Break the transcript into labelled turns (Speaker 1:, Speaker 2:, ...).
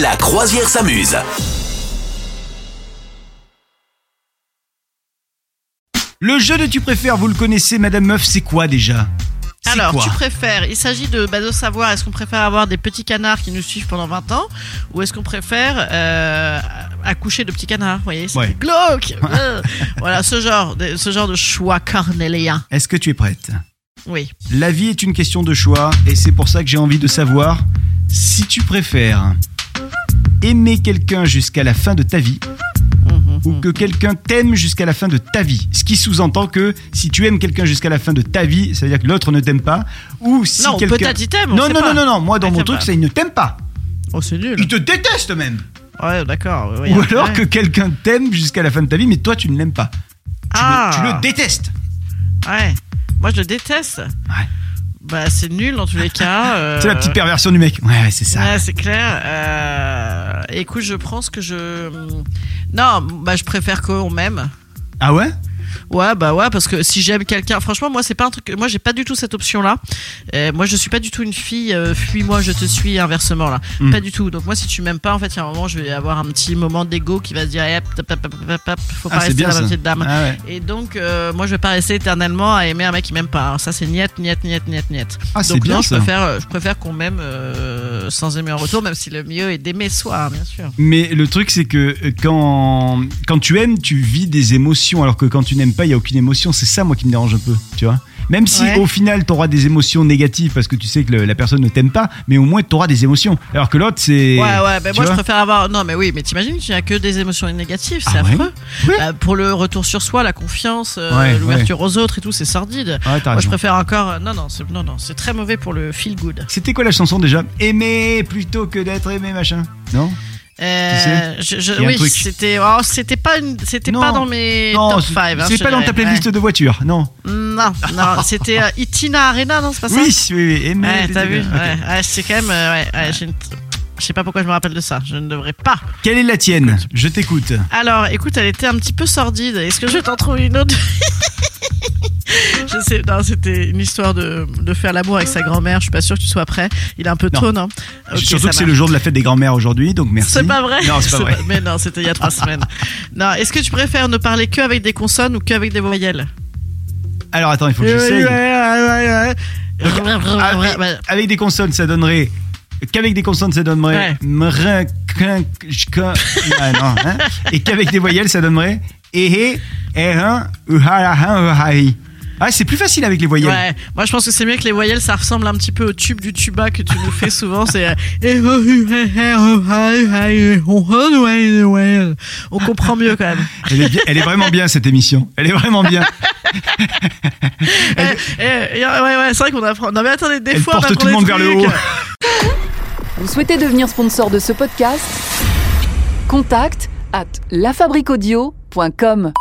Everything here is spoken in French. Speaker 1: La croisière s'amuse.
Speaker 2: Le jeu de tu préfères, vous le connaissez, Madame Meuf, c'est quoi déjà C'est
Speaker 3: Alors,
Speaker 2: quoi
Speaker 3: tu préfères, il s'agit de, bah, de savoir est-ce qu'on préfère avoir des petits canards qui nous suivent pendant 20 ans ou est-ce qu'on préfère euh, accoucher de petits canards, vous voyez, c'est
Speaker 2: Ouais.
Speaker 3: glauque. euh. voilà, ce genre, de, ce genre de choix cornélien.
Speaker 2: Est-ce que tu es prête
Speaker 3: Oui.
Speaker 2: La vie est une question de choix et c'est pour ça que j'ai envie de savoir si tu préfères aimer quelqu'un jusqu'à la fin de ta vie
Speaker 3: Mhm.
Speaker 2: ou que quelqu'un t'aime jusqu'à la fin de ta vie. Ce qui sous-entend que si tu aimes quelqu'un jusqu'à la fin de ta vie, ça veut dire que l'autre ne t'aime pas ou si
Speaker 3: non,
Speaker 2: quelqu'un
Speaker 3: peut-être il t'aime. on
Speaker 2: non,
Speaker 3: sait
Speaker 2: non,
Speaker 3: pas.
Speaker 2: non, non, non, moi dans
Speaker 3: Il
Speaker 2: mon
Speaker 3: t'aime
Speaker 2: truc,
Speaker 3: pas.
Speaker 2: c'est il ne t'aime pas.
Speaker 3: Oh, c'est nul.
Speaker 2: Il te déteste même.
Speaker 3: Ouais, d'accord. oui, oui,
Speaker 2: Ou
Speaker 3: après.
Speaker 2: alors que quelqu'un t'aime jusqu'à la fin de ta vie, mais toi, tu ne l'aimes pas. Tu, le-
Speaker 3: Ah,
Speaker 2: tu le détestes.
Speaker 3: Ouais. Moi, je le déteste. Bah, c'est nul dans tous les cas. euh.
Speaker 2: C'est la petite perversion du mec. Ouais, ouais, c'est ça.
Speaker 3: Ouais, c'est clair. Euh, Écoute, je pense que je. Non, bah, je préfère qu'on m'aime.
Speaker 2: Ah ouais
Speaker 3: Ouais, bah ouais, parce que si j'aime quelqu'un, franchement, moi, c'est pas un truc. Moi, j'ai pas du tout cette option-là. Euh, moi, je suis pas du tout une fille, euh, fuis-moi, je te suis, inversement, là.
Speaker 2: Mm.
Speaker 3: Pas du tout. Donc, moi, si tu m'aimes pas, en fait, il y a un moment, je vais avoir un petit moment d'ego qui va se dire, eh, hop, hop, hop, hop, hop, faut pas
Speaker 2: Ah, c'est
Speaker 3: rester
Speaker 2: bien
Speaker 3: la
Speaker 2: ça.
Speaker 3: petite dame.
Speaker 2: Ah ouais.
Speaker 3: Et donc, euh, moi, je vais pas rester éternellement à aimer un mec qui m'aime pas. Alors, ça, c'est niette, niette, niette, niette, niette.
Speaker 2: Ah, c'est
Speaker 3: donc,
Speaker 2: bien
Speaker 3: non, je
Speaker 2: ça.
Speaker 3: préfère, euh, je préfère qu'on m'aime euh, sans aimer en retour, même si le mieux est d'aimer soi, hein, bien sûr.
Speaker 2: Mais le truc, c'est que euh, quand, quand tu aimes, tu vis des émotions, alors que quand tu n'aimes pas, il n'y a aucune émotion. C'est ça, moi, qui me dérange un peu, tu vois. Même si
Speaker 3: Ouais.
Speaker 2: au final, tu auras des émotions négatives parce que tu sais que le- la personne ne t'aime pas, mais au moins, tu auras des émotions. Alors que l'autre, c'est.
Speaker 3: Ouais, ouais, ben
Speaker 2: tu
Speaker 3: moi je
Speaker 2: vois
Speaker 3: préfère avoir. Non, mais oui, mais t'imagines, tu n'as que des émotions négatives, c'est
Speaker 2: Ah ouais
Speaker 3: affreux.
Speaker 2: Ouais.
Speaker 3: Bah, pour le retour sur soi, la confiance, euh,
Speaker 2: Ouais,
Speaker 3: l'ouverture aux autres et tout, c'est sordide.
Speaker 2: Ouais, Ah, t'as
Speaker 3: Moi je
Speaker 2: raison.
Speaker 3: préfère encore. euh, Non, non, c'est non, non, c'est très mauvais pour le feel good.
Speaker 2: C'était quoi la chanson déjà Aimer plutôt que d'être aimé, machin. Non
Speaker 3: Euh, je- je-
Speaker 2: il y a un
Speaker 3: oui,
Speaker 2: truc.
Speaker 3: c'était oh, c'était pas une c'était
Speaker 2: Non.
Speaker 3: pas dans mes top hein, 5
Speaker 2: c'est c'est pas dans ta playlist de voiture, non.
Speaker 3: Non, non, c'était euh, Itina Arena, non, c'est pas ça
Speaker 2: Oui, oui, oui. Aimer
Speaker 3: Ouais,
Speaker 2: plutôt
Speaker 3: t'as
Speaker 2: que-
Speaker 3: vu
Speaker 2: Ok.
Speaker 3: Ouais, ouais, c'est quand même euh, ouais, ouais, j'ai une- je sais pas pourquoi je me rappelle de ça. Je ne devrais pas.
Speaker 2: Quelle est la tienne Je t'écoute.
Speaker 3: Alors, écoute, elle était un petit peu sordide. Est-ce que je t'en trouve une autre Je sais, non, c'était une histoire de, de faire l'amour avec sa grand-mère. Je suis pas sûre que tu sois prêt. Il est un peu
Speaker 2: Non.
Speaker 3: tôt, non Ok,
Speaker 2: Surtout
Speaker 3: ça
Speaker 2: que c'est
Speaker 3: marche.
Speaker 2: le jour de la fête des grands-mères aujourd'hui, donc merci.
Speaker 3: C'est pas vrai
Speaker 2: Non, c'est pas vrai.
Speaker 3: Mais non, c'était il y a trois semaines. Non, est-ce que tu préfères ne parler que avec des consonnes ou que avec des voyelles Euh,
Speaker 2: Alors attends, il faut que j'essaye. Ah, Avec,
Speaker 3: Bah,
Speaker 2: avec des consonnes, ça donnerait. Qu'avec des consonnes, ça donnerait.
Speaker 3: Ouais.
Speaker 2: mrin, crin, jka- Ah, non, hein. Et qu'avec des voyelles, ça donnerait. e, er, Ehé, erin, uharahin, uhari. Ah, c'est plus facile avec les voyelles.
Speaker 3: Ouais, moi je pense que c'est mieux que les voyelles, ça ressemble un petit peu au tube du tuba que tu nous fais souvent. C'est. euh, On comprend mieux quand même.
Speaker 2: Elle, est bien- elle est vraiment bien cette émission. Elle est vraiment bien.
Speaker 3: Eh, eh, ouais, ouais, c'est vrai qu'on apprend. Non mais attendez, des
Speaker 2: Elle
Speaker 3: fois. on
Speaker 2: porte
Speaker 3: apprend
Speaker 2: tout le
Speaker 3: des
Speaker 2: monde vers le
Speaker 3: trucs.
Speaker 2: haut.
Speaker 4: Vous souhaitez devenir sponsor de ce podcast Contact à lafabriquaudio.com.